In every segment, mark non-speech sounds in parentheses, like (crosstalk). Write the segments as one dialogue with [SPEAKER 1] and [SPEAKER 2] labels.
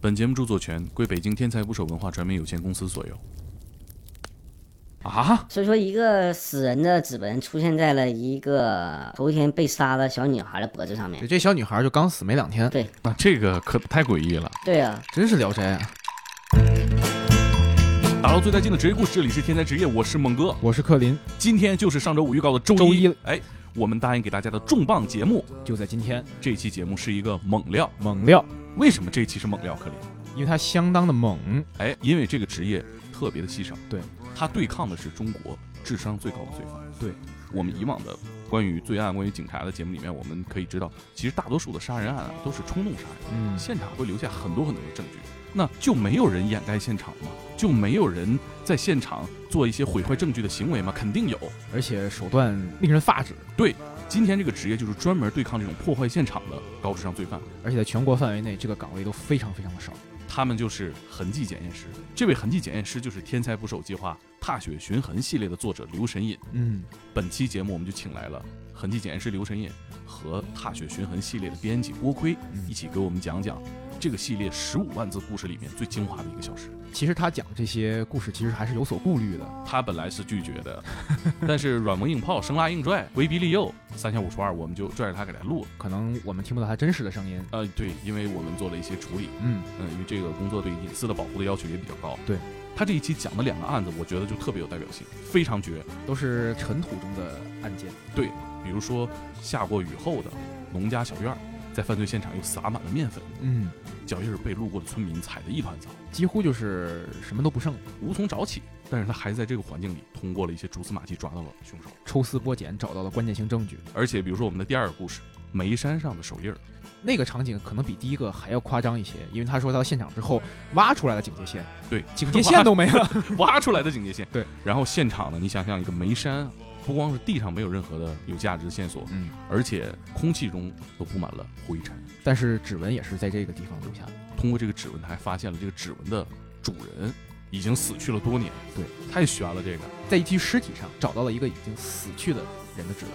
[SPEAKER 1] 本节目著作权归北京天才捕手文化传媒有限公司所有。啊，
[SPEAKER 2] 所以说，一个死人的指纹出现在了一个头一天被杀的小女孩的脖子上
[SPEAKER 3] 对，
[SPEAKER 2] 面。
[SPEAKER 3] 这小女孩就刚死没两天，
[SPEAKER 2] 对
[SPEAKER 1] 那这个可太诡异了。
[SPEAKER 2] 对啊，
[SPEAKER 3] 真是聊斋啊！
[SPEAKER 1] 打捞最带劲的职业故事，这里是天才职业，我是猛哥。
[SPEAKER 3] 我是克林，
[SPEAKER 1] 今天就是上周五预告的周一，
[SPEAKER 3] 周一
[SPEAKER 1] 哎，我们答应给大家的重磅节目，
[SPEAKER 3] 就在今天，
[SPEAKER 1] 这期节目是一个猛料。
[SPEAKER 3] 猛料，
[SPEAKER 1] 为什么这期是猛料，克林？
[SPEAKER 3] 因为它相当的猛，
[SPEAKER 1] 哎，因为这个职业特别的稀少，
[SPEAKER 3] 对，
[SPEAKER 1] 它对抗的是中国智商最高的罪犯。
[SPEAKER 3] 对，
[SPEAKER 1] 我们以往的关于罪案、关于警察的节目里面，我们可以知道，其实大多数的杀人案啊都是冲动杀人，
[SPEAKER 3] 嗯，
[SPEAKER 1] 现场会留下很多很多的证据，那就没有人掩盖现场吗？就没有人在现场做一些毁坏证据的行为吗？肯定有。
[SPEAKER 3] 而且手段令人发指，
[SPEAKER 1] 今天这个职业就是专门对抗这种破坏现场的高智商罪犯，
[SPEAKER 3] 而且在全国范围内，这个岗位都非常非常的少。
[SPEAKER 1] 他们就是痕迹检验师。这位痕迹检验师就是《天才捕手计划》踏雪寻痕系列的作者刘神隐。
[SPEAKER 3] 嗯，
[SPEAKER 1] 本期节目我们就请来了痕迹检验师刘神隐和踏雪寻痕系列的编辑郭亏
[SPEAKER 3] 嗯
[SPEAKER 1] 一起给我们讲讲这个系列十五万字故事里面最精华的一个小时。
[SPEAKER 3] 其实他讲这些故事，其实还是有所顾虑的。
[SPEAKER 1] 他本来是拒绝的， (laughs) 但是软磨硬泡、生拉硬拽、威逼利诱，三下五除二，我们就拽着他给他录了。
[SPEAKER 3] 可能我们听不到他真实的声音。
[SPEAKER 1] 呃，对，因为我们做了一些处理，
[SPEAKER 3] 嗯，
[SPEAKER 1] 嗯，因为这个工作对隐私的保护的要求也比较高。
[SPEAKER 3] 对，
[SPEAKER 1] 他这一期讲的两个案子，我觉得就特别有代表性，非常绝。
[SPEAKER 3] 都是尘土中的案件。
[SPEAKER 1] 比如说下过雨后的农家小院儿，在犯罪现场又撒满了面粉，
[SPEAKER 3] 嗯，
[SPEAKER 1] 脚印儿被路过的村民踩得一团糟，
[SPEAKER 3] 几乎就是什么都不剩，
[SPEAKER 1] 无从找起。但是他还在这个环境里通过了一些蛛丝马迹抓到了凶手。
[SPEAKER 3] 抽丝剥茧找到了关键性证据。
[SPEAKER 1] 而且比如说我们的第二个故事，煤山上的手印儿，
[SPEAKER 3] 那个场景可能比第一个还要夸张一些，因为他说到现场之后挖出来了警戒线，
[SPEAKER 1] 对，
[SPEAKER 3] (laughs) 警戒线都没了。
[SPEAKER 1] (laughs) 挖出来的警戒线。
[SPEAKER 3] 对，
[SPEAKER 1] 然后现场呢，你想象一个煤山啊，不光是地上没有任何的有价值的线索，
[SPEAKER 3] (laughs) 嗯，
[SPEAKER 1] 而且空气中都布满了灰尘。
[SPEAKER 3] 但是指纹也是在这个地方留下的。
[SPEAKER 1] 通过这个指纹，他还发现了这个指纹的主人已经死去了多年。
[SPEAKER 3] 对，
[SPEAKER 1] 太悬了这个。
[SPEAKER 3] 在一具尸体上找到了一个已经死去的人的指纹。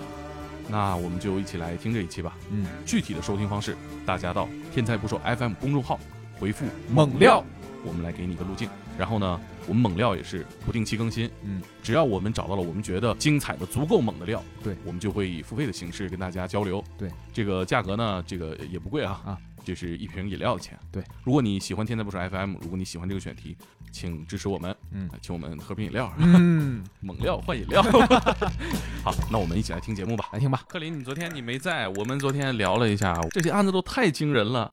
[SPEAKER 1] 那我们就一起来听这一期吧。
[SPEAKER 3] 嗯，
[SPEAKER 1] 具体的收听方式，大家到“天才捕手 FM” 公众号回复“
[SPEAKER 3] 猛料”，
[SPEAKER 1] 我们来给你一个路径。然后呢，我们猛料也是不定期更新。
[SPEAKER 3] 嗯，
[SPEAKER 1] 只要我们找到了我们觉得精彩的、足够猛的料，
[SPEAKER 3] 对
[SPEAKER 1] 我们就会以付费的形式跟大家交流。
[SPEAKER 3] 对，
[SPEAKER 1] 这个价格呢，这个也不贵啊，
[SPEAKER 3] 啊，
[SPEAKER 1] 这是一瓶饮料的钱。
[SPEAKER 3] 对，
[SPEAKER 1] 如果你喜欢天才捕手 FM，如果你喜欢这个选题，请支持我们，
[SPEAKER 3] 嗯
[SPEAKER 1] 啊，请我们喝瓶饮料，
[SPEAKER 3] 嗯， (laughs)
[SPEAKER 1] 猛料换饮料。 (laughs) 好，那我们一起来听节目吧。
[SPEAKER 3] 来听吧。
[SPEAKER 1] 克林，你昨天你没在，我们昨天聊了一下，这些案子都太惊人了。